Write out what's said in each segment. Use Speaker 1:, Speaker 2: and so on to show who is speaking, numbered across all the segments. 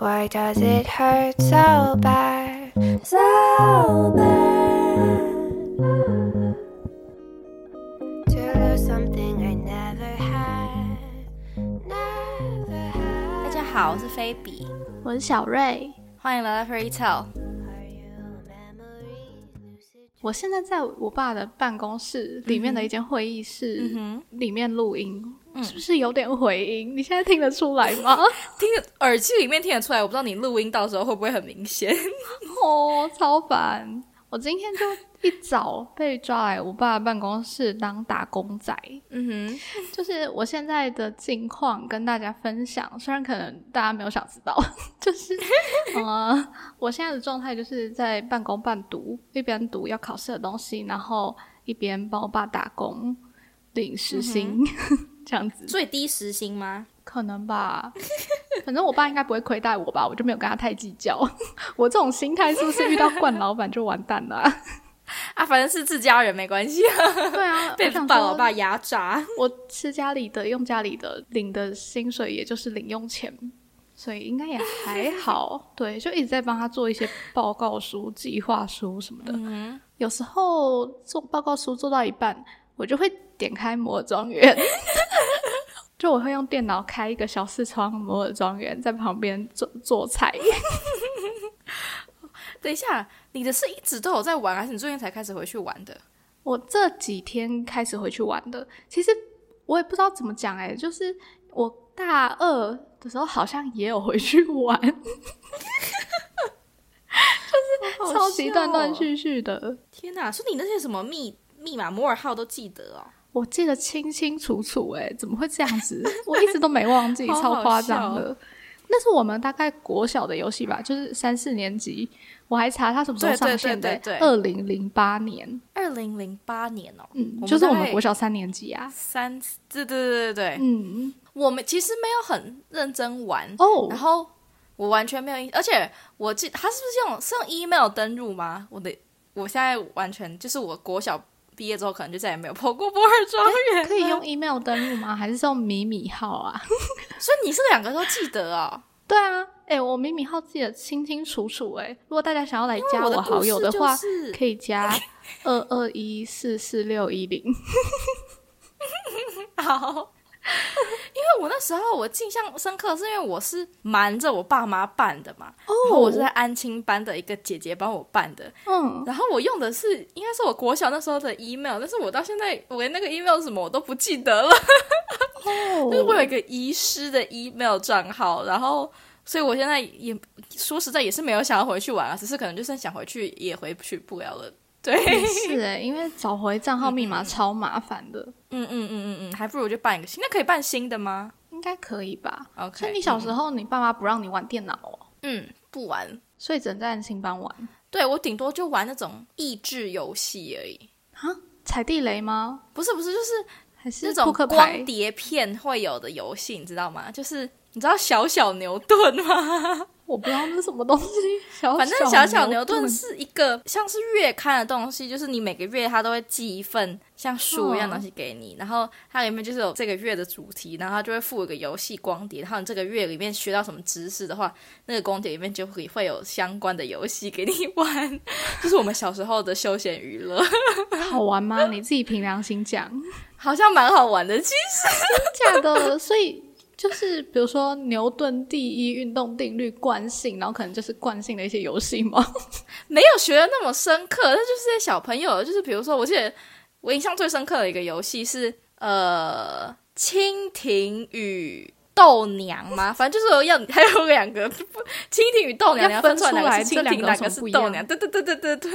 Speaker 1: Why does it hurt so bad? So bad. To lose something I never had. Never
Speaker 2: 大
Speaker 1: had.
Speaker 2: 家好，我是菲比，
Speaker 3: 我是小瑞，
Speaker 2: 欢迎来到 Free Tell。
Speaker 1: Are you a memory? Lucid
Speaker 3: 我现在在我爸的办公室里面的一间会议室、
Speaker 2: 嗯
Speaker 3: 里面录音，是不是有点回音？你现在听得出来吗？
Speaker 2: 哼，听耳机里面听得出来，我不知道你录音到时候会不会很明显。
Speaker 3: 哦，超烦！我今天就一早被抓来我爸的办公室当打工仔，
Speaker 2: 嗯
Speaker 3: 就是我现在的近况跟大家分享，虽然可能大家没有想知道， 就是呃，我现在的状态就是在半工半读，一边读要考试的东西，然后一边帮我爸打工领时薪， 这样子
Speaker 2: 哼，最低时薪吗？
Speaker 3: 可能吧。反正我爸应该不会亏待我吧，我就没有跟他太计较。 我这种心态是不是遇到惯老板就完蛋了啊、
Speaker 2: 啊，反正是自家人没关系，
Speaker 3: 对 啊，
Speaker 2: 被
Speaker 3: 我想
Speaker 2: 爸
Speaker 3: 说
Speaker 2: 老 爸压榨。
Speaker 3: 我吃家里的，用家里的，领的薪水也就是零用钱，所以应该也还好。对，就一直在帮他做一些报告书、计划书什么的。
Speaker 2: 嗯，
Speaker 3: 有时候做报告书做到一半，我就会点开《摩尔庄园》，就我会用电脑开一个小视窗，《摩尔庄园》在旁边做做菜。
Speaker 2: 等一下，你的是一直都有在玩，还是你最近才开始回去玩的？
Speaker 3: 我这几天开始回去玩的，其实我也不知道怎么讲哎、就是我大二的时候好像也有回去玩，超级断断。续续的，
Speaker 2: 哦天哪，说你那些什么密密码、摩尔号都记得哦。
Speaker 3: 我记得清清楚楚哎、怎么会这样 子？我一直都没忘记，
Speaker 2: 好好
Speaker 3: 超夸张
Speaker 2: 笑哦
Speaker 3: 的。那是我们大概国小的游戏吧，就是三四年级，我还查它什么时候
Speaker 2: 对对
Speaker 3: 上线的、欸
Speaker 2: 对对对
Speaker 3: 二零零八年，
Speaker 2: 二零零八年哦，
Speaker 3: 嗯
Speaker 2: 我，们
Speaker 3: 就是我
Speaker 2: 大
Speaker 3: 们
Speaker 2: 概
Speaker 3: 国小三年级啊，
Speaker 2: 三，对对对对对，
Speaker 3: 嗯，
Speaker 2: 我们其实没有很认真玩，
Speaker 3: 哦
Speaker 2: 嗯然，后我完全没有印，而且我记他是不是用是用 email 登录吗？我的我现在完全就是我国小毕业之后，可能就再也没有碰过摩尔庄
Speaker 3: 哎
Speaker 2: 园了，
Speaker 3: 可以用 email 登录吗？还是用米米号 啊？
Speaker 2: 所以你是两个都记得哦。
Speaker 3: 对 啊，哎、我米米号记得清清楚楚哎、如果大家想要来加
Speaker 2: 我的
Speaker 3: 好友
Speaker 2: 故事
Speaker 3: 话，
Speaker 2: 就是
Speaker 3: 可以加二二一四四六一零。
Speaker 2: 好， 因为我那时候我印象深刻，是因为我是瞒着我爸妈办的嘛，
Speaker 3: 哦
Speaker 2: 然后我是在安亲班的一个姐姐帮我办的，
Speaker 3: 嗯，
Speaker 2: 然后我用的是应该是我国小那时候的 email，但是我到现在我连那个 email 是什么我都不记得了。
Speaker 3: 哦
Speaker 2: 就是我有一个遗失的 email 账号，然后，所以我现在也说实在也是没有想要回去玩啊，只是可能就是想回去也回去不了了。对，
Speaker 3: 也是哎、因为找回账号密
Speaker 2: 嗯
Speaker 3: 码超麻烦的，
Speaker 2: 嗯嗯嗯嗯嗯，还不如就办一个新，那可以办新的吗
Speaker 3: 应该可以吧？
Speaker 2: ？OK，
Speaker 3: 所以你小时候你爸妈不让你玩电脑哦，
Speaker 2: 嗯嗯不玩，
Speaker 3: 所以只能在安心班玩
Speaker 2: 对我顶多就玩那种益智游戏而已，
Speaker 3: 啊？踩地雷吗？
Speaker 2: 不是不是，就是
Speaker 3: 还是
Speaker 2: 那种
Speaker 3: 扑克
Speaker 2: 光
Speaker 3: 牌？
Speaker 2: 碟片会有的游戏，你知道吗？就是你知道小小牛顿吗？
Speaker 3: 我不知道那是什么东西。小
Speaker 2: 反正小小牛
Speaker 3: 牛
Speaker 2: 顿是一个像是月刊的东西，就是你每个月它都会寄一份像书一样的东西给你，然后它里面就是有这个月的主题，然后它就会附一个游戏光碟，然后你这个月里面学到什么知识的话，那个光碟里面就会会有相关的游戏给你玩， 就是我们小时候的休闲娱乐，
Speaker 3: 好玩吗？你自己凭良心讲，
Speaker 2: 好像蛮好玩的。其实
Speaker 3: 假的。 所以就是比如说牛顿第一运动定律惯性，然后可能就是惯性的一些游戏吗？
Speaker 2: 没有学的那么深刻，那就是些小朋友，就是比如说，我记得我印象最深刻的一个游戏是呃蜻蜓与豆娘嘛，反正就是有要还有两个不蜻蜓与豆娘，你
Speaker 3: 要
Speaker 2: 要
Speaker 3: 分
Speaker 2: 出来
Speaker 3: 出
Speaker 2: 哪
Speaker 3: 来
Speaker 2: 个是
Speaker 3: 这
Speaker 2: 蜻
Speaker 3: 两
Speaker 2: 蜓，
Speaker 3: 个
Speaker 2: 哪
Speaker 3: 有什么
Speaker 2: 是
Speaker 3: 不一样
Speaker 2: 豆娘，对对对对对对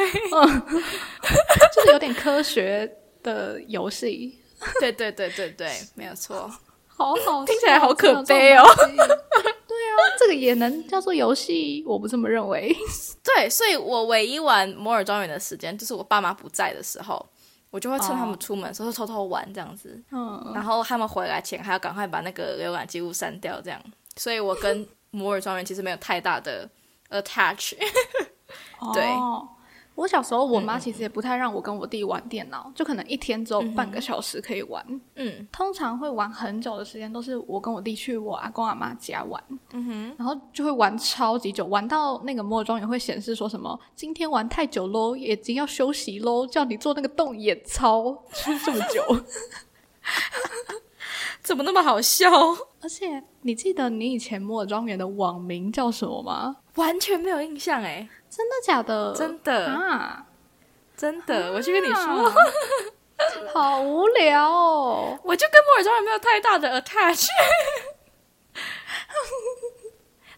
Speaker 3: 就是有点科学的游戏，
Speaker 2: 对对对对对，没有错。
Speaker 3: 好好
Speaker 2: 听起来
Speaker 3: 笑
Speaker 2: 好可
Speaker 3: 真的有
Speaker 2: 悲哦
Speaker 3: 这种东西对啊，这个也能叫做游戏？我不这么认为。
Speaker 2: 对，所以我唯一玩摩尔庄园的时间，就是我爸妈不在的时候，我就会趁他们出门的时候偷偷玩这样子。
Speaker 3: 哦嗯，
Speaker 2: 然后他们回来前还要赶快把那个浏览记录删掉，这样。所以我 跟摩尔庄园其实没有太大的 attach。对
Speaker 3: 哦我小时候，我妈其实也不太让我跟我弟玩电脑，就可能一天只有半个小时可以玩。
Speaker 2: 嗯
Speaker 3: 通常会玩很久的时间，都是我跟我弟去我阿公阿妈家玩，
Speaker 2: 嗯哼，
Speaker 3: 然后就会玩超级久，玩到那个末中也会显示说什么今天玩太久喽，眼睛要休息喽，叫你做那个动眼操，就是这么久。
Speaker 2: 怎么那么好笑？
Speaker 3: 而且你记得你以前末庄园的网名叫什么吗？
Speaker 2: 完全没有印象哎，
Speaker 3: 真的假的？
Speaker 2: 真的
Speaker 3: 啊！
Speaker 2: 真的，我就跟你说，
Speaker 3: 啊 好无聊哦。
Speaker 2: 我就跟摩尔庄园没有太大的 attach。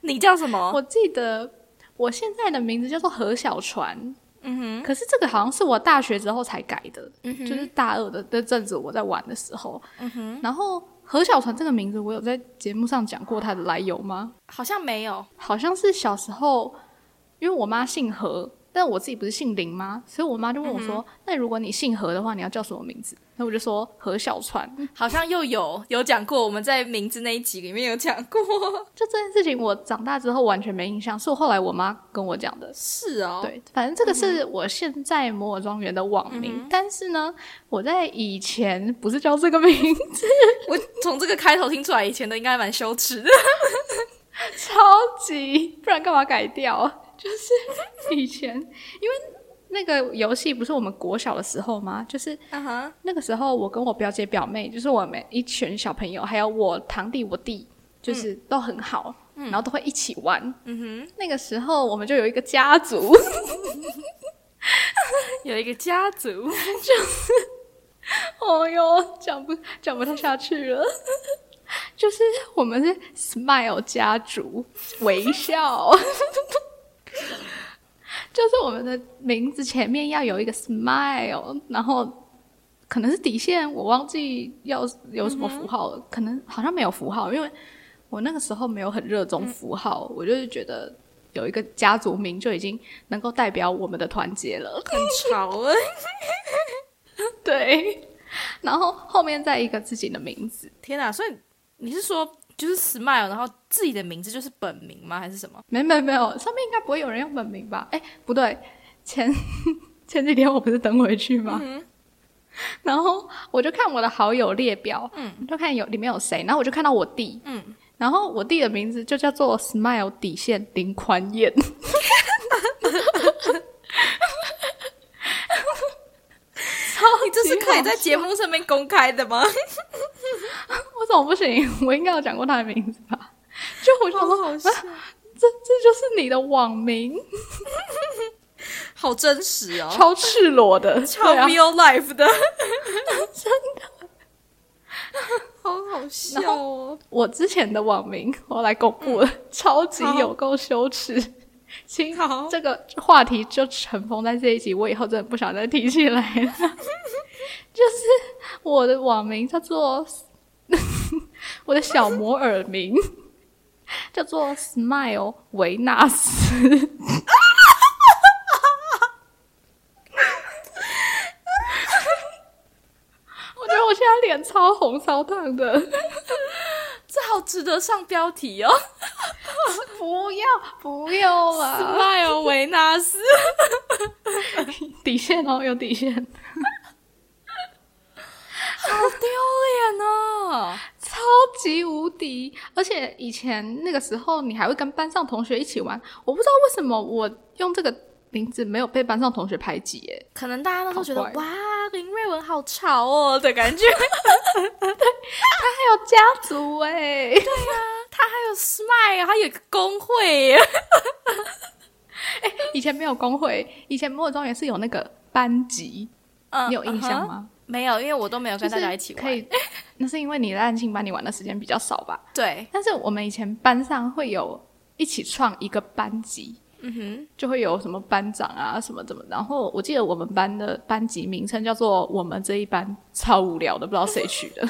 Speaker 2: 你叫什么？
Speaker 3: 我记得我现在的名字叫做何小船，
Speaker 2: 嗯哼，
Speaker 3: 可是这个好像是我大学之后才改的，
Speaker 2: 嗯哼，
Speaker 3: 就是大二的那阵子我在玩的时候。
Speaker 2: 嗯哼，
Speaker 3: 然后何小船这个名字，我有在节目上讲过它的来由吗？
Speaker 2: 好像没有。
Speaker 3: 好像是小时候，因为我妈姓何，但我自己不是姓林吗？所以我妈就问我说：“那如果你姓何的话，你要叫什么名字？”那我就说何小川。
Speaker 2: 好像又有有讲过，我们在名字那一集里面有讲 过。
Speaker 3: 就这件事情，我长大之后完全没印象，是我后来我妈跟我讲的。
Speaker 2: 是哦，，
Speaker 3: 对，反正这个是我现在摩尔庄园的网名，但是呢，我在以前不是叫这个名，
Speaker 2: 我从这个开头听出来，以前的应该蛮羞耻的。
Speaker 3: 超级，不然干嘛改掉？ 就是以前，因为那个游戏不是我们国小的时候吗？就是
Speaker 2: 啊哈，
Speaker 3: 那个时候，我跟我表姐表妹，就是我们一群小朋友，还有我堂弟我弟，就是都很好，然后都会一起玩。
Speaker 2: 嗯
Speaker 3: 那个时候，我们就有一个家族，
Speaker 2: 哼，有一个家 族，
Speaker 3: 哦哟，讲不讲不太下去了。 就是我们是 Smile 家族，微笑， 就是我们的名字前面要有一个 Smile，然后可能是底线，我忘记要有什么符号
Speaker 2: 嗯
Speaker 3: 了，可能好像没有符号，因为我那个时候没有很热衷符号，我就是觉得有一个家族名就已经能够代表我们的团结了。
Speaker 2: 很潮哎。
Speaker 3: 对， 然后后面再一个自己的名字，
Speaker 2: 天哪，所以你是说就是 smile，然后自己的名字就是本名吗？还是什么？
Speaker 3: 没没没有，上面应该不会有人用本名吧？哎，不对，前前几天我不是登回去吗？ 然后我就看我的好友列表，嗯，就看有里面有谁，然后我就看到我弟，嗯，然后我弟的名字就叫做 Smile 底线林宽彦，
Speaker 2: 你这是可以在节目上面公开的吗？
Speaker 3: 我怎么不行？我应该有讲过他的名字吧？ 就我想说，
Speaker 2: 好笑，
Speaker 3: 这这就是你的网名，
Speaker 2: 好真实哦，
Speaker 3: 超赤裸的，
Speaker 2: 超
Speaker 3: 对啊
Speaker 2: real life 的，真的， 好好笑
Speaker 3: 然
Speaker 2: 哦。
Speaker 3: 我之前的网名，我来公布了， 超级有够羞耻。请
Speaker 2: 好
Speaker 3: 这个话题就尘封在这一集，我以后真的不想再提起来了。就是我的网名叫做 我的小摩尔名叫做 Smile 维纳斯。我觉得我现在脸超红超烫的。
Speaker 2: 这好值得上标题哦
Speaker 3: 不要，不要啦！
Speaker 2: ！Smile 维纳斯，
Speaker 3: 底线哦，有底线，
Speaker 2: 好丢脸哦！
Speaker 3: 超级无敌！而且以前那个时候，你还会跟班上同学一起玩。我不知道为什么我用这个名字没有被班上同学排挤，耶，
Speaker 2: 可能大家那时候觉得
Speaker 3: 好怪
Speaker 2: 哇，林瑞文好潮哦的感觉。
Speaker 3: 还有家族
Speaker 2: 欸
Speaker 3: 哎，
Speaker 2: 他还有 Smile，还有一个工会 耶，
Speaker 3: 以前没有工会，以前摩尔庄园是有那个班级，
Speaker 2: 嗯
Speaker 3: 你有印
Speaker 2: 嗯
Speaker 3: 象？
Speaker 2: 哼
Speaker 3: 吗？
Speaker 2: 没有，因为我都没有
Speaker 3: 就
Speaker 2: 跟
Speaker 3: 是
Speaker 2: 大家一起玩。
Speaker 3: 可以， 那是因为你在安庆班你玩的时间比较少吧？
Speaker 2: 对，
Speaker 3: 但是我们以前班上会有一起创一个班级，
Speaker 2: 嗯哼，
Speaker 3: 就会有什么班长啊，什么怎么。然后我记得我们班的班级名称叫做“我们这一班”，超无聊的，不知道谁取的。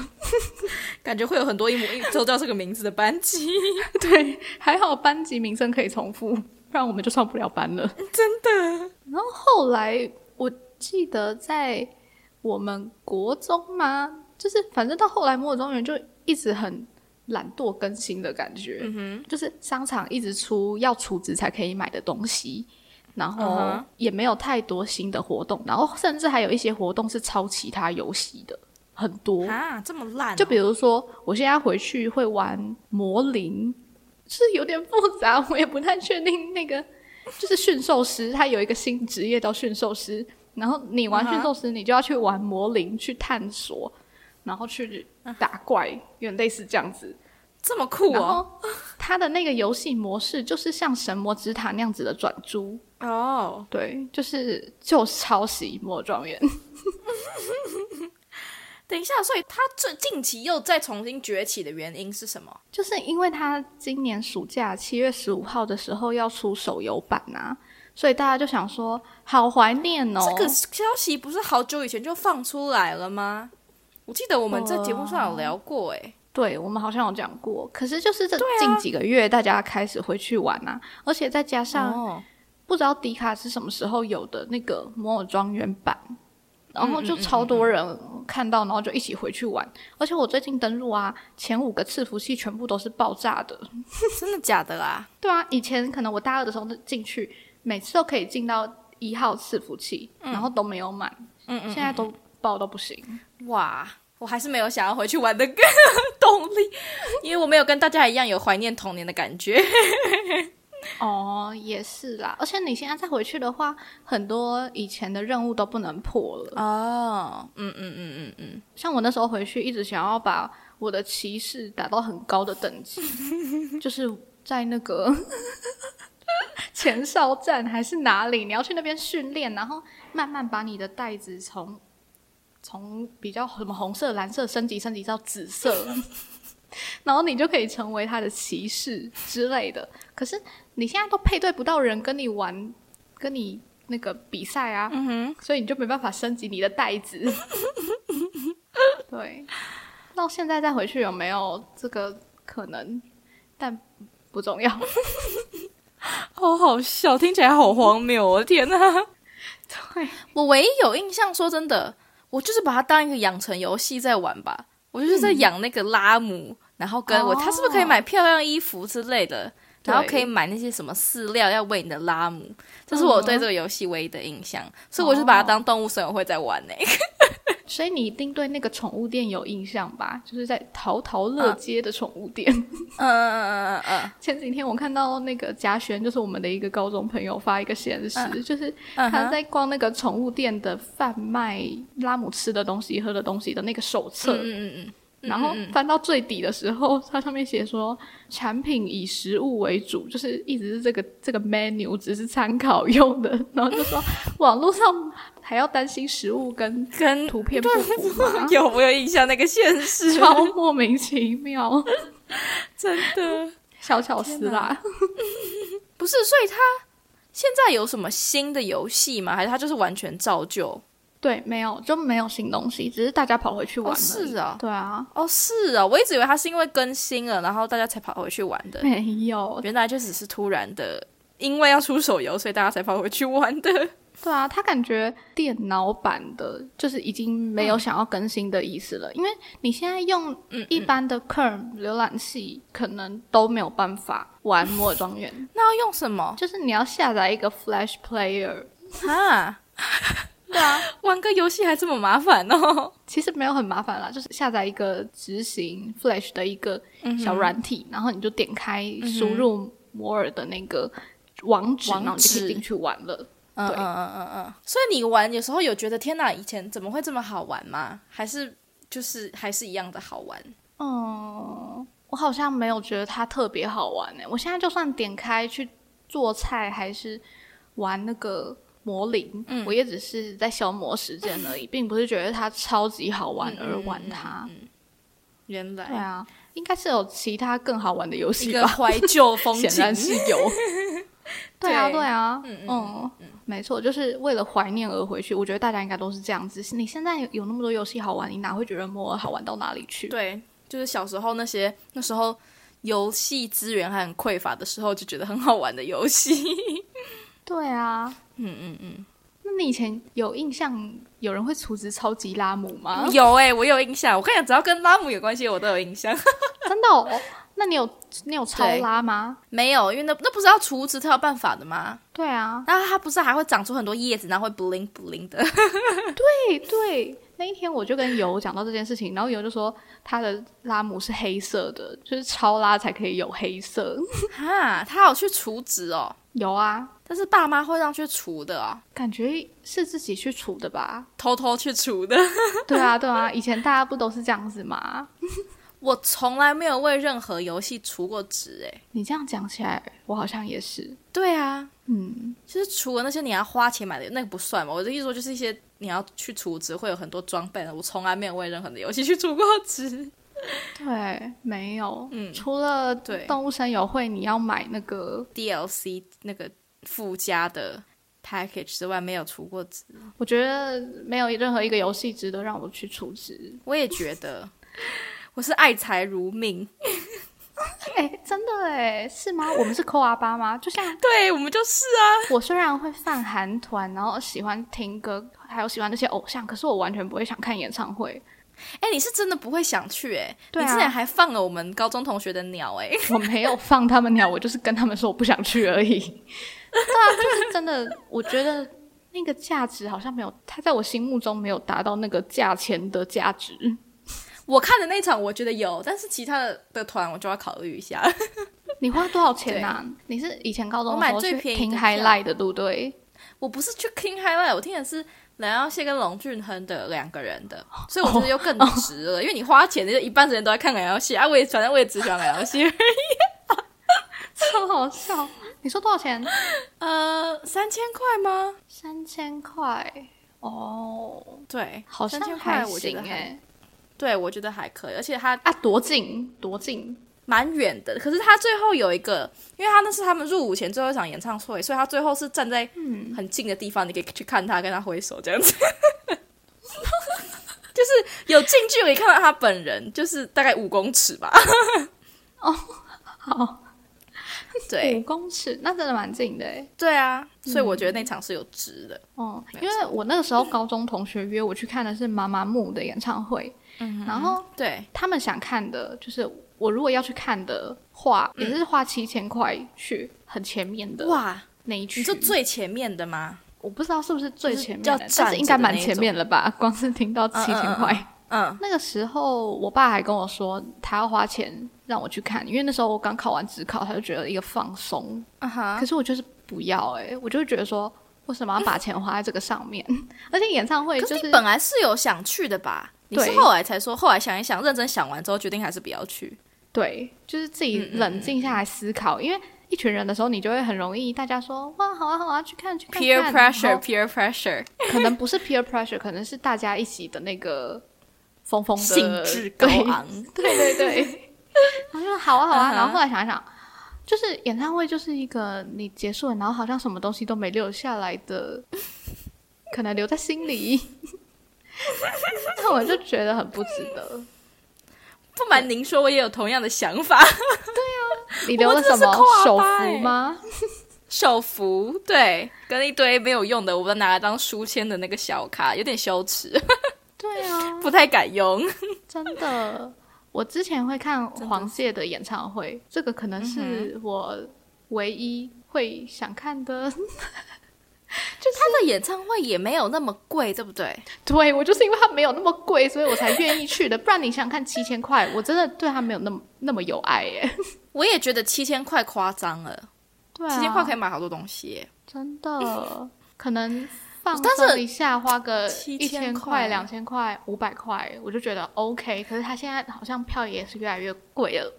Speaker 2: 感觉会有很多一模一都叫这个名字的班级，
Speaker 3: 对，还好班级名称可以重复，不然我们就上不了班了。
Speaker 2: 真的。
Speaker 3: 然后后来我记得在我们国中嘛，就是反正到后来摩尔庄园就一直很懒惰更新的感觉，
Speaker 2: 嗯哼，
Speaker 3: 就是商场一直出要储值才可以买的东西。然
Speaker 2: 嗯
Speaker 3: 后
Speaker 2: 哼
Speaker 3: 也没有太多新的活动，然后甚至还有一些活动是抄其他游戏的，很多。
Speaker 2: 啊，这么烂哦、
Speaker 3: 就比如说，我现在回去会玩魔灵，是有点复杂， 我也不太确定那个。就是驯兽师，他有一个新职业叫驯兽师，然后你玩
Speaker 2: 嗯哼
Speaker 3: 驯兽师，你就要去玩魔灵，去探索，然后去打怪，有点类似这样子。
Speaker 2: 这么嗯酷
Speaker 3: 然
Speaker 2: 哦、
Speaker 3: 后它的那个游戏模式就是像《神魔之塔》那样子的转租，
Speaker 2: 哦，
Speaker 3: 对，就是就是抄袭《魔庄园》。
Speaker 2: 等一下，所以他最近期又再重新崛起的原因是什么？
Speaker 3: 就是因为它今年暑假七月十五号的时候要出手游版啊，所以大家就想说，好怀念哦。
Speaker 2: 这个消息不是好久以前就放出来了吗？我记得我们在节目上有聊过、哎诶，
Speaker 3: 对我们好像有讲过，可是就是这
Speaker 2: 对啊
Speaker 3: 近几个月大家开始回去玩啊，而且再加
Speaker 2: 哎、
Speaker 3: 上
Speaker 2: 哦，
Speaker 3: 不知道迪卡是什么时候有的那个《摩尔庄园》版，然后
Speaker 2: 嗯
Speaker 3: 就
Speaker 2: 嗯
Speaker 3: 超多人看到，然后就一起回去玩。而且我最近登录啊，前五个伺服器全部都是爆炸的。
Speaker 2: 真的假的啦？
Speaker 3: 对啊，以前可能我大二的时候进去，每次都可以进到一号伺服器，然后都没有满，
Speaker 2: 嗯嗯
Speaker 3: 现在都爆都不行。
Speaker 2: 哇，我还是没有想要回去玩的动 力，因为我没有跟大家一样有怀念童年的感觉。
Speaker 3: 哦，也是啦。而且你现在再回去的话，很多以前的任务都不能破了。
Speaker 2: 哦，嗯嗯嗯嗯嗯，
Speaker 3: 像我那时候回去，一直想要把我的骑士打到很高的等级，就是在那个 前哨站还是哪里，你要去那边训练，然后慢慢把你的袋子从从比较什么红色、蓝色升级升级到紫色， 然后你就可以成为他的骑士之类的。可是你现在都配对不到人跟你玩，跟你那个比赛啊，
Speaker 2: 嗯哼，
Speaker 3: 所以你就没办法升级你的袋 子。对，到现在再回去有没有这个可能？但不重要。
Speaker 2: 好好笑，听起来好荒谬、哦，我的天哪！
Speaker 3: 对，
Speaker 2: 我唯一有印象，说真的，我就是把它当一个养成游戏在玩吧。我就是在养那个拉姆，然后跟我、
Speaker 3: 哦
Speaker 2: 他是不是可以买漂亮衣服之类的，
Speaker 3: 对
Speaker 2: 然后可以买那些什么饲料要喂你的拉姆，这是我对这个游戏唯一的印象。所以我就把它当动物森友会在玩呢、
Speaker 3: 所以你一定对那个宠物店有印象吧？就是在淘淘乐街的宠物店。
Speaker 2: 嗯嗯嗯嗯嗯
Speaker 3: 前几天我看到那个嘉轩，就是我们的一个高中朋友发一个现实，就是
Speaker 2: 嗯
Speaker 3: 他
Speaker 2: 哼，
Speaker 3: 在逛那个宠物店的贩卖拉姆吃的东西、喝的东西的那个手册。
Speaker 2: 嗯嗯嗯嗯，
Speaker 3: 然后
Speaker 2: 嗯嗯
Speaker 3: 翻到最底的时候，它上面写说产品以食物为主，就是一直是这个这个 menu 只是参考用的。 然后就说网络上还要担心食物跟
Speaker 2: 跟？
Speaker 3: 图片不符吗
Speaker 2: 有没有印象那个现实？
Speaker 3: 超莫名其妙，
Speaker 2: 真的。
Speaker 3: 小巧思啦。
Speaker 2: 不是，所以他现在有什么新的游戏吗？还是他就是完全照旧？
Speaker 3: 对，没有就没有新东西，只是大家跑回去玩
Speaker 2: 哦，
Speaker 3: 了。
Speaker 2: 是啊，
Speaker 3: 对啊，
Speaker 2: 哦，是啊，我一直以为他是因为更新了，然后大家才跑回去玩的，
Speaker 3: 没有。
Speaker 2: 原来就只是突然的，因为要出手游，所以大家才跑回去玩的。
Speaker 3: 对啊，他感觉电脑版的就是已经没有想要更新的意思了，因为你现在用
Speaker 2: 嗯，
Speaker 3: 一般的 Chrome 浏览器可能都没有办法玩《摩尔庄园》
Speaker 2: 那要用什么
Speaker 3: 就是你要下载一个 Flash Player。
Speaker 2: 啊？
Speaker 3: 对啊，
Speaker 2: 玩个游戏还这么麻烦哦？
Speaker 3: 其实没有很麻烦啦，就是下载一个执行 Flash 的一个
Speaker 2: 嗯
Speaker 3: 小软体，然后你就点开输入摩尔的那个网址，
Speaker 2: 网址
Speaker 3: 然后你就可以进去玩了。
Speaker 2: 嗯嗯嗯嗯嗯。所以你玩有时候有觉得天哪，以前怎么会这么好玩吗？还是就是还是一样的好玩？
Speaker 3: 嗯，我好像没有觉得它特别好玩欸呢、我现在就算点开去做菜，还是玩那个魔灵，
Speaker 2: 嗯
Speaker 3: 我也只是在消磨时间 而已，并不是觉得它超级好玩
Speaker 2: 嗯
Speaker 3: 而玩它。
Speaker 2: 原来
Speaker 3: 对啊，应该是有其他更好玩的游
Speaker 2: 一
Speaker 3: 戏
Speaker 2: 个
Speaker 3: 吧？
Speaker 2: 怀旧 风
Speaker 3: 显
Speaker 2: 景
Speaker 3: 然是有。对 啊，
Speaker 2: 对
Speaker 3: 对啊，
Speaker 2: 嗯嗯
Speaker 3: 嗯，没错，就是为了怀念而回去。我觉得大家应该都是这样子。你现在有那么多游戏好玩，你哪会觉得摩尔好玩到哪里去？
Speaker 2: 对，就是小时候那些那时候游戏资源还很匮乏的时候，就觉得很好玩的游 戏。
Speaker 3: 对啊，
Speaker 2: 嗯嗯嗯，
Speaker 3: 那你以前有印象有人会处置超级拉姆吗？
Speaker 2: 嗯欸有哎、我有印象。我跟你讲，只要跟拉姆有关系，我都有印象。
Speaker 3: 真的哦。那你有你有超
Speaker 2: 对
Speaker 3: 拉吗？
Speaker 2: 没有，因为那那不是要除植才有办法的吗？
Speaker 3: 对啊，
Speaker 2: 然后它不是还会长出很多叶子，然后会 bling bling 的。
Speaker 3: 对对，那一天我就跟油讲到这件事情，然后油就说他的拉姆是黑色的，就是超拉才可以有黑色。
Speaker 2: 哈，他有去除植哦，
Speaker 3: 有啊，
Speaker 2: 但是爸妈会让去除的哦，
Speaker 3: 感觉是自己去除 的吧？
Speaker 2: 偷偷去除的。
Speaker 3: 对啊，对啊，以前大家不都是这样子吗？
Speaker 2: 我从来没有为任何游戏除过欸植，诶。
Speaker 3: 你这样讲起来，我好像也是。
Speaker 2: 对啊，
Speaker 3: 嗯，
Speaker 2: 就是除了那些你要花钱买的那个不算嘛，我的意思说就是一些你要去除植会有很多装备的，我从来没有为任何的游戏去除过 植。
Speaker 3: 对，没有，
Speaker 2: 嗯
Speaker 3: 除了
Speaker 2: 对
Speaker 3: 动物声友会，你要买那个，
Speaker 2: DLC 那个附加的 package 之外，没有除过植，
Speaker 3: 我觉得没有任何一个游戏值得让我去储值。
Speaker 2: 我也觉 得我是爱财如命。
Speaker 3: 哎、真的哎，是吗？我们是抠阿巴吗？ 就像
Speaker 2: 对，我们就是 啊，
Speaker 3: 我虽然会放韩团，然后喜欢听歌，还有喜欢那些偶像，可是我完全不会想看演唱会。
Speaker 2: 哎、你是真的不会想去哎、
Speaker 3: 对啊
Speaker 2: 你之前还放了我们高中同学的鸟哎、
Speaker 3: 我没有放他们鸟，我就是跟他们说我不想去而已。 对啊，就是真的，我觉得那个价值好像没有，他在我心目中没有达到那个价钱的价值。
Speaker 2: 我看的那一场我觉得有，但是其他的的团我就要考虑一下。
Speaker 3: 你花多少钱啊？你是以前高中
Speaker 2: 我
Speaker 3: 的时
Speaker 2: 买
Speaker 3: 候
Speaker 2: 最
Speaker 3: 去
Speaker 2: 便宜的
Speaker 3: 听
Speaker 2: 票
Speaker 3: highlight 的，对 不对？
Speaker 2: 我不是去 King Highlight，我听的是蓝耀燮跟龙俊亨的两个人的，
Speaker 3: 哦
Speaker 2: 所以我觉得又更值 了，因为你花钱的一半时间都在看蓝耀燮啊，我也反正我也只喜欢蓝耀 燮，
Speaker 3: 超好笑！你说多少钱？
Speaker 2: 呃，三千块吗？
Speaker 3: 三千块哦，
Speaker 2: 对，
Speaker 3: 好
Speaker 2: 三
Speaker 3: 像
Speaker 2: 千
Speaker 3: 还
Speaker 2: 块我觉
Speaker 3: 行
Speaker 2: 得
Speaker 3: 哎、
Speaker 2: 还，对我觉得还可以，而且它
Speaker 3: 啊，多近多近
Speaker 2: 蛮远的。可是它最后有一个，因为它那是他们入伍前最后一场演唱会，所以它最后是站在
Speaker 3: 嗯
Speaker 2: 很近的地方，你可以去看他，跟他挥手这 样子。就是有近距离看到他本人，就是大概五公尺吧。
Speaker 3: 哦好，五
Speaker 2: 对
Speaker 3: 公尺，那真的蛮近的哎。
Speaker 2: 对啊，所以我觉得那场是有值的。
Speaker 3: 哦、
Speaker 2: 没有
Speaker 3: 因为我那个时候高中同学约我去看的是妈妈木的演唱会，
Speaker 2: 嗯
Speaker 3: 然后
Speaker 2: 对，
Speaker 3: 他们想看的，就是我如果要去看的话，也是花七千块去很前面的
Speaker 2: 哇，
Speaker 3: 那一区。
Speaker 2: 你说最前面的吗？
Speaker 3: 我不知道是不是最前面
Speaker 2: 就是要
Speaker 3: 的，但
Speaker 2: 站
Speaker 3: 是
Speaker 2: 着
Speaker 3: 应该
Speaker 2: 的
Speaker 3: 蛮
Speaker 2: 那一
Speaker 3: 前面了吧？ 光是听到七千块，
Speaker 2: 嗯，
Speaker 3: 那个时候我爸还跟我说他要花钱让我去看，因为那时候我刚考完职考，他就觉得一个放松。
Speaker 2: 啊哈
Speaker 3: 可，是我就是不要哎、我就会觉得说为什么要把钱花在这个上面？ 而且演唱会
Speaker 2: 可
Speaker 3: 就是是
Speaker 2: 你本来是有想去的吧？你是
Speaker 3: 对
Speaker 2: 后来才说，后来想一想，认真想完之后，决定还是不要去。
Speaker 3: 对，就是自己冷静下来思考，因为一群人的时候，你就会很容易大家说哇好啊好啊去看去看
Speaker 2: Peer
Speaker 3: 看
Speaker 2: pressure,
Speaker 3: 然后
Speaker 2: peer pressure，
Speaker 3: 可能不是 peer pressure，可能是大家一起的那个疯疯的
Speaker 2: 兴致高
Speaker 3: 对
Speaker 2: 昂。
Speaker 3: 对对对， 然后就说好啊好
Speaker 2: 嗯
Speaker 3: 啊，
Speaker 2: 哼
Speaker 3: 然后后来想一想，就是演唱会就是一个你结束了，然后好像什么东西都没留下来的， 可能留在心里。 那我就觉得很不值得。
Speaker 2: 不瞒您说，我也有同样的想法。
Speaker 3: 你留了什
Speaker 2: 我真的
Speaker 3: 么
Speaker 2: 是扣
Speaker 3: 手
Speaker 2: 阿巴欸
Speaker 3: 幅吗？
Speaker 2: 手幅对，跟一堆没有用的，我把它拿来当书签的那个小卡，有点羞耻，
Speaker 3: 对啊，
Speaker 2: 不太敢用。
Speaker 3: 真的。 我之前会看黄玠的嗯演唱会，这个可能是我唯一会想看的。
Speaker 2: 他的演唱会也没有那么贵，对不对？
Speaker 3: 对我就是因为它没有那么贵，所以我才愿意去的。不然你想想看，七千块，我真的对它没有那么那么有爱耶。
Speaker 2: 我也觉得七千块夸张了，
Speaker 3: 对、啊，
Speaker 2: 七千块可以
Speaker 3: 以，
Speaker 2: 买好多东西耶。
Speaker 3: 真的 可能放
Speaker 2: 但是
Speaker 3: 松一下，花个
Speaker 2: 7000
Speaker 3: 一千块、两千块、五百块，我就觉得 OK。可是它现在好像票也是越来越贵了。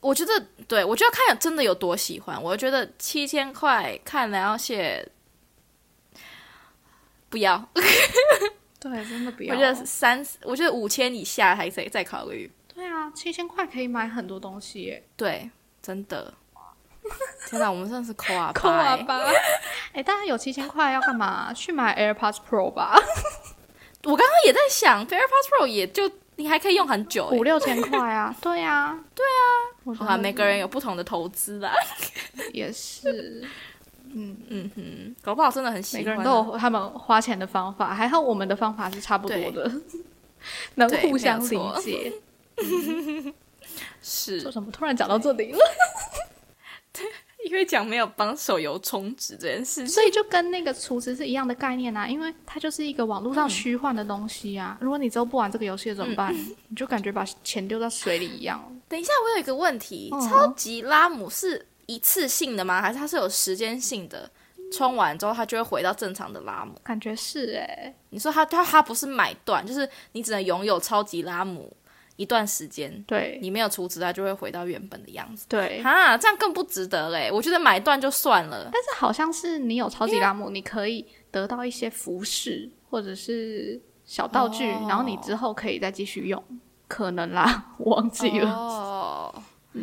Speaker 2: 我觉得，对我觉得看有真的有多喜欢。我觉得七千块看蓝耀燮，不要，
Speaker 3: 对，真的不
Speaker 2: 我觉得三，我觉得五千以下还再再考虑。
Speaker 3: 对啊，七千块可以买很多东西耶。
Speaker 2: 对，真的。天哪，我们真的 是抠啊
Speaker 3: 扣
Speaker 2: 啊
Speaker 3: 啊吧！ 哎，大家有七千块要干嘛？去买 AirPods Pro 吧，
Speaker 2: 我刚刚也在想，AirPods Pro 也就你还可以用很久耶
Speaker 3: 五六千块啊！对啊，对啊，我觉
Speaker 2: 好
Speaker 3: 得
Speaker 2: 啦，每个人有不同的投资啦。
Speaker 3: 也是。
Speaker 2: 嗯哼，搞不好真的很喜欢
Speaker 3: 每
Speaker 2: 啊。
Speaker 3: 个人都有他们花钱的方法，还好我们的 方法是差不多的，能
Speaker 2: 对
Speaker 3: 互相
Speaker 2: 没有
Speaker 3: 理
Speaker 2: 错
Speaker 3: 解。
Speaker 2: 是
Speaker 3: 做什么？突然讲到这里了，
Speaker 2: 因为讲没有帮手游充值这件事情，
Speaker 3: 所以就跟那个厨师是一样的概念啊，因为它就是一个网络上虚幻的东西啊。如果你之后不玩这个游戏了怎么办？你就感觉把钱丢到水里一样。
Speaker 2: 等一下，我有一个问题，
Speaker 3: 嗯
Speaker 2: 超级拉姆是一次性的吗？还是它是有时间性的？充完之后，它就会回到正常的拉姆。
Speaker 3: 感觉是哎、
Speaker 2: 你说它它它不是买断，就是你只能拥有超级拉姆一段时间，
Speaker 3: 对
Speaker 2: 你没有储值，它就会回到原本的样子。
Speaker 3: 对，
Speaker 2: 哈，这样更不值得嘞！我觉得买断就算了，
Speaker 3: 但是好像是你有超级拉姆，你可以得到一些服饰或者是小道具，
Speaker 2: 哦
Speaker 3: 然后你之后可以再继续用，可能啦， 我忘记了。
Speaker 2: 哦，对啊，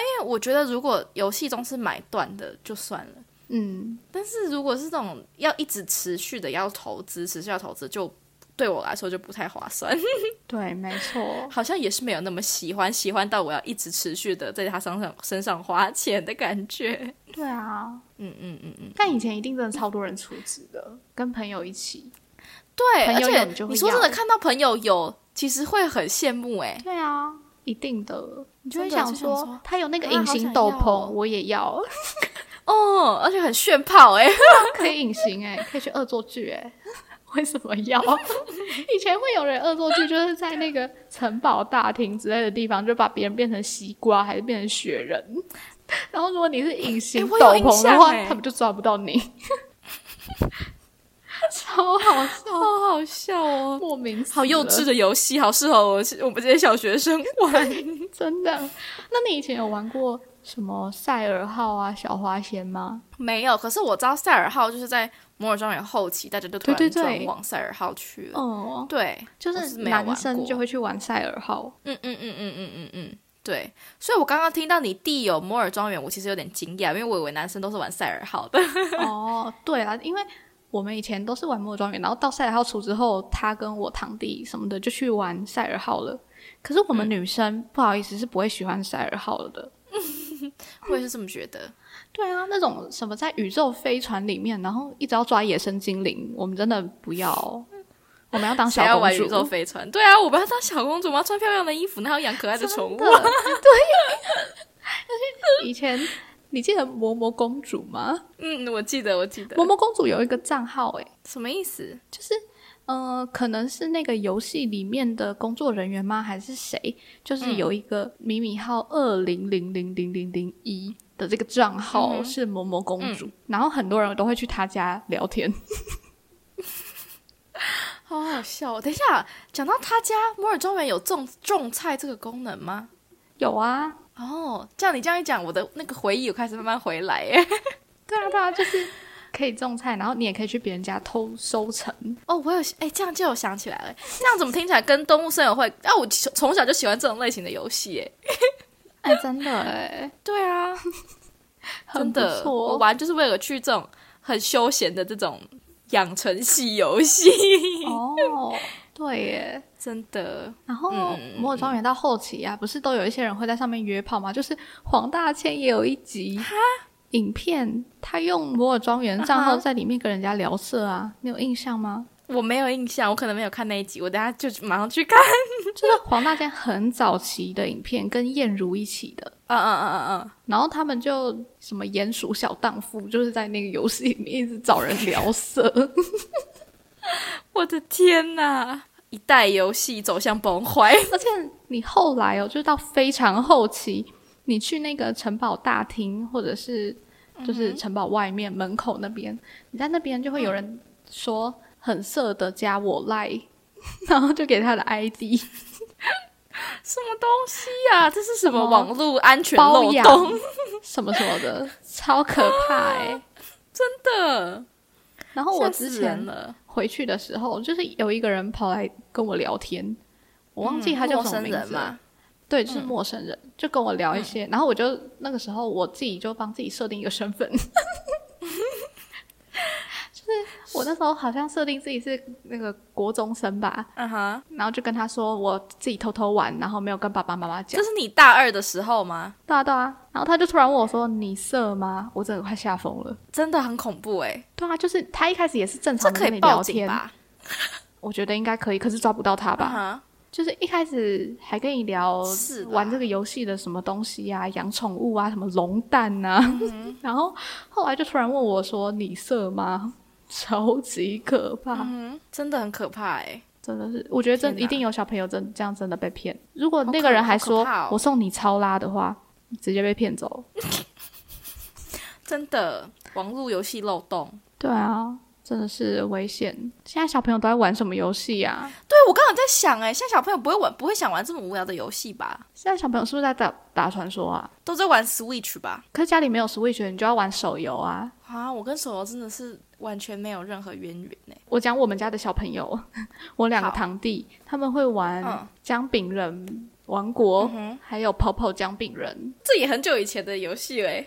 Speaker 2: 因为我觉得如果游戏中是买断的就算了，
Speaker 3: 嗯，
Speaker 2: 但是如果是这种要一直持续的要投资，持续要投资，就对我来说就不太划算。
Speaker 3: 对，没错。
Speaker 2: 好像也是没有那么喜欢，喜欢到我要一直持续的在他身上身上花钱的感觉。
Speaker 3: 对啊，
Speaker 2: 嗯嗯嗯嗯，
Speaker 3: 但以前一定真的超多人出资的，跟朋友一起。
Speaker 2: 对，
Speaker 3: 朋
Speaker 2: 而
Speaker 3: 友有你
Speaker 2: 且
Speaker 3: 就会
Speaker 2: 你说真的，
Speaker 3: 要
Speaker 2: 看到朋友有，其实会很羡慕哎、
Speaker 3: 对啊，一定的。你就会
Speaker 2: 真的
Speaker 3: 想
Speaker 2: 就想
Speaker 3: 说，
Speaker 2: 说
Speaker 3: 他有那个
Speaker 2: 啊
Speaker 3: 隐
Speaker 2: 好
Speaker 3: 形
Speaker 2: 想
Speaker 3: 斗
Speaker 2: 要
Speaker 3: 篷，
Speaker 2: 哦
Speaker 3: 我也要，
Speaker 2: 哦，而且很炫炮哎、
Speaker 3: 可以隐形哎、可以去恶作剧哎、 为什么要？ 以前会有人恶作剧，就是在那个城堡大厅之类的地方，就把别人变成西瓜，还是变成雪人。 然后如果你是隐形斗
Speaker 2: 我有印
Speaker 3: 篷的
Speaker 2: 象
Speaker 3: 话，
Speaker 2: 欸
Speaker 3: 他们就抓不到你， 超好笑，
Speaker 2: 好好笑哦。
Speaker 3: 莫名死
Speaker 2: 好幼
Speaker 3: 了
Speaker 2: 稚的游戏，好适合我我们这些小学生玩。
Speaker 3: 真的。那你以前有玩过什么赛尔号啊、小花仙吗？
Speaker 2: 没有，可是我知道塞尔号就是在摩尔庄园后期，大家就突
Speaker 3: 对
Speaker 2: 然
Speaker 3: 对对
Speaker 2: 转往塞尔号去了。
Speaker 3: 哦，
Speaker 2: 对，
Speaker 3: 就
Speaker 2: 我
Speaker 3: 是
Speaker 2: 是没有玩
Speaker 3: 男生
Speaker 2: 过
Speaker 3: 就会去玩赛尔号。
Speaker 2: 嗯嗯嗯嗯嗯嗯嗯，对。所以我刚刚听到你弟有摩尔庄园，我其实有点惊讶，因为我以为男生都是玩赛尔 号的。
Speaker 3: 哦，对啊，因为我们以前都是玩摩尔庄园，然后到赛尔号出之后，他跟我堂弟什么的就去玩赛尔号了。可是我
Speaker 2: 嗯
Speaker 3: 们女生、不好意思是不会喜欢赛尔号的。
Speaker 2: 我也是这么觉得。
Speaker 3: 对啊，那种什么在宇宙飞船里面，然后一直要抓野生精灵，我们真的不要哦，我们要当小
Speaker 2: 谁要
Speaker 3: 公
Speaker 2: 玩
Speaker 3: 主
Speaker 2: 宇。宙 飞船？对啊，我们要当小公主，我们要穿漂亮的衣服，然后养可爱的宠物
Speaker 3: 真。的对，以前你记得嬷嬷公主吗？
Speaker 2: 嗯，我记得，我记得
Speaker 3: 嬷。嬷公主有一个账号、欸，
Speaker 2: 什么意思？
Speaker 3: 就是呃，可能是那个游戏里面的工作人员吗？还是谁？就是有一个迷你号二零零零零零零一的这个账号是嬷嬷公主，然后很多人都会去她家聊天。
Speaker 2: 好好笑、哦！等一下，讲到他家摩尔庄园有种种菜这个功能吗？
Speaker 3: 有啊，
Speaker 2: 哦，这样你这样一讲，我的那个回忆有开始慢慢回来耶。
Speaker 3: 对啊，对啊，就是可以种菜，然后你也可以去别人家偷收成。
Speaker 2: 哦，我有哎，这样就有想起来了。这样怎么听起来跟动物森友会？啊，我从从小就喜欢这种类型的游戏耶。
Speaker 3: 哎，真的哎，
Speaker 2: 对啊，真
Speaker 3: 很不
Speaker 2: 的，我
Speaker 3: 错。
Speaker 2: 玩就是为了去这种很休闲的这种养成系游戏，
Speaker 3: 哦，对耶。
Speaker 2: 真的。
Speaker 3: 然后
Speaker 2: 嗯
Speaker 3: 摩尔庄园到后期啊，不是都有一些人会在上面约炮吗？就是黄大千也有一集影片，他用摩尔庄园账
Speaker 2: 啊
Speaker 3: 号在里面跟人家聊色啊，你有印象吗？
Speaker 2: 我没有印象，我可能没有看那一集，我等下就马上去看。
Speaker 3: 就是黄大千很早期的影片，跟燕如一起的。
Speaker 2: 嗯嗯嗯嗯嗯，
Speaker 3: 然后他们就什么鼹鼠小荡妇，就是在那个游戏里面一直找人聊色，
Speaker 2: 我的天哪！一代游戏走向崩坏，
Speaker 3: 而且你后来哦，就是到非常后期，你去那个城堡大厅，或者是
Speaker 2: 嗯
Speaker 3: 就是城堡外面门口那边，你在那边就会有
Speaker 2: 嗯
Speaker 3: 人说很色的加我赖， 然后就给他的 ID
Speaker 2: 什么东西呀、这是什
Speaker 3: 什
Speaker 2: 么
Speaker 3: 么
Speaker 2: 网络安全
Speaker 3: 包
Speaker 2: 漏
Speaker 3: 养
Speaker 2: 洞？
Speaker 3: 什么什么的，超可怕哎、
Speaker 2: 真的，
Speaker 3: 然后 我
Speaker 2: 吓死
Speaker 3: 之
Speaker 2: 人
Speaker 3: 前
Speaker 2: 了，
Speaker 3: 回去的时候，就是有一个人跑来跟我聊天，我忘记他
Speaker 2: 嗯
Speaker 3: 叫
Speaker 2: 陌
Speaker 3: 什么
Speaker 2: 生
Speaker 3: 名字
Speaker 2: 人
Speaker 3: 了。
Speaker 2: 嘛，
Speaker 3: 对，就是
Speaker 2: 嗯
Speaker 3: 陌生人，就跟我聊一些，然后我就那个时候我自己就帮自己设定一个身份， 就是我那时候好像设定自己是那个国中生吧，
Speaker 2: 嗯哼，
Speaker 3: 然后就跟他说我自己偷偷玩，然后没有跟爸爸妈妈讲
Speaker 2: 这，是你大二的时候吗？
Speaker 3: 对啊对啊，然后他就突然问我说你色吗？我真的快吓疯了。
Speaker 2: 真的很恐怖哎、
Speaker 3: 对啊，就是他一开始也是正
Speaker 2: 这
Speaker 3: 常的
Speaker 2: 可
Speaker 3: 跟
Speaker 2: 以
Speaker 3: 你
Speaker 2: 报
Speaker 3: 聊
Speaker 2: 警
Speaker 3: 天，
Speaker 2: 吧？
Speaker 3: 我觉得应该可以，可是抓不到他吧。
Speaker 2: 嗯哼
Speaker 3: 就是一开始还跟你聊
Speaker 2: 是吧
Speaker 3: 玩这个游戏的什么东西呀、养宠物啊，什么龙蛋呐、
Speaker 2: 嗯
Speaker 3: 然后后来就突然问我说：“你色吗？” 超级可怕，
Speaker 2: 嗯，真的很可怕哎、
Speaker 3: 真的是，我觉得真
Speaker 2: 天哪
Speaker 3: 一定有小朋友真这样真的被骗。如果
Speaker 2: 好
Speaker 3: 那
Speaker 2: 可
Speaker 3: 个人还说
Speaker 2: 好可怕哦
Speaker 3: 我送你超拉的话，直接被骗走。
Speaker 2: 真的网络游戏漏洞。
Speaker 3: 对啊，真的是危险。现在小朋友都在玩什么游戏啊呀？
Speaker 2: 对我刚刚有在想哎、现在小朋友不会玩，不会想玩这么无聊的游戏吧？
Speaker 3: 现在小朋友是不是在打打传说啊？
Speaker 2: 都在玩 Switch 吧？
Speaker 3: 可是家里没有 Switch，你就要玩手游啊。
Speaker 2: 啊，我跟手游真的是完全没有任何渊源哎、
Speaker 3: 我讲我们家的小朋友， 我两个
Speaker 2: 好
Speaker 3: 堂弟，他们会玩
Speaker 2: 嗯
Speaker 3: 姜饼人王国，
Speaker 2: 嗯哼
Speaker 3: 还有跑跑姜饼人，
Speaker 2: 这也很久以前的游戏了哎、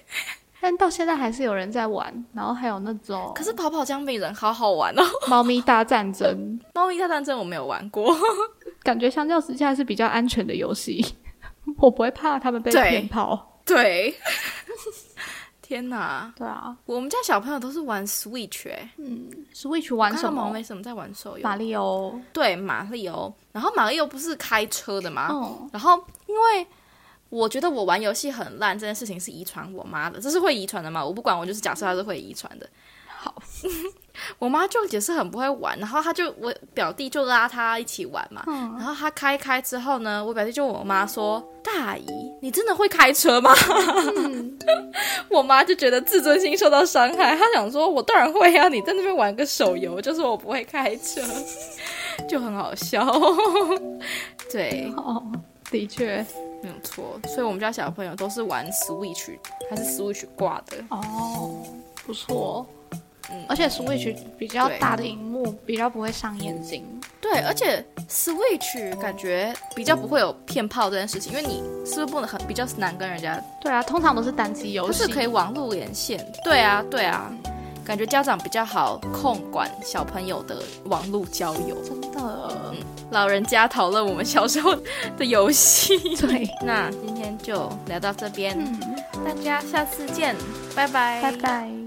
Speaker 3: 但到现在还是有人在玩。然后还有那种
Speaker 2: 可是跑跑姜饼人好好玩哦，
Speaker 3: 猫咪大战争，
Speaker 2: 猫咪大战争我没有玩过。
Speaker 3: 感觉相较之下是比较安全的游戏， 我不会怕他们被
Speaker 2: 对
Speaker 3: 骗跑。
Speaker 2: 对， 天哪，
Speaker 3: 对啊
Speaker 2: 我们家小朋友都是玩 Switch 哎、
Speaker 3: ，Switch 玩
Speaker 2: 我看
Speaker 3: 什
Speaker 2: 他们好像
Speaker 3: 么？
Speaker 2: 没什么在玩手游。
Speaker 3: 马里奥。
Speaker 2: 对，马里奥。然后马里奥不是开车的吗？
Speaker 3: 嗯，
Speaker 2: 然后因为我觉得我玩游戏很烂这件事情是遗传我妈的，这是会遗传的吗？我不管，我就是假设它是会遗传的。
Speaker 3: 好，
Speaker 2: 我妈就也是很不会玩，然后她就我表弟就拉她一起玩嘛。然后她开开之后呢，我表弟就问我妈说：“大姨，你真的会开车吗？” 我妈就觉得自尊心受到伤害，她想说：“我当然会啊，你在那边玩个手游，就说我不会开车， 就很好笑。” 对，
Speaker 3: 哦，的确，
Speaker 2: 没有错，所以我们家小朋友都是玩 Switch 还是 Switch 挂的，
Speaker 3: 哦，不错。
Speaker 2: 嗯
Speaker 3: 而且 Switch 比较
Speaker 2: 对
Speaker 3: 大的荧幕，比较不会伤眼睛。
Speaker 2: 对，而且 Switch 感觉比较不会有骗炮这件事情，因为你是不是不能很比较难跟人家，
Speaker 3: 对啊，通常都是单机游
Speaker 2: 不
Speaker 3: 戏，
Speaker 2: 是可以网路连线，对啊，对啊，感觉家长比较好控管小朋友的网路交友，嗯
Speaker 3: 真的。
Speaker 2: 老人家讨论我们小时候的游戏。
Speaker 3: 对，
Speaker 2: 那今天就聊到这边，
Speaker 3: 嗯，
Speaker 2: 大家下次见，拜拜，
Speaker 3: 拜。拜。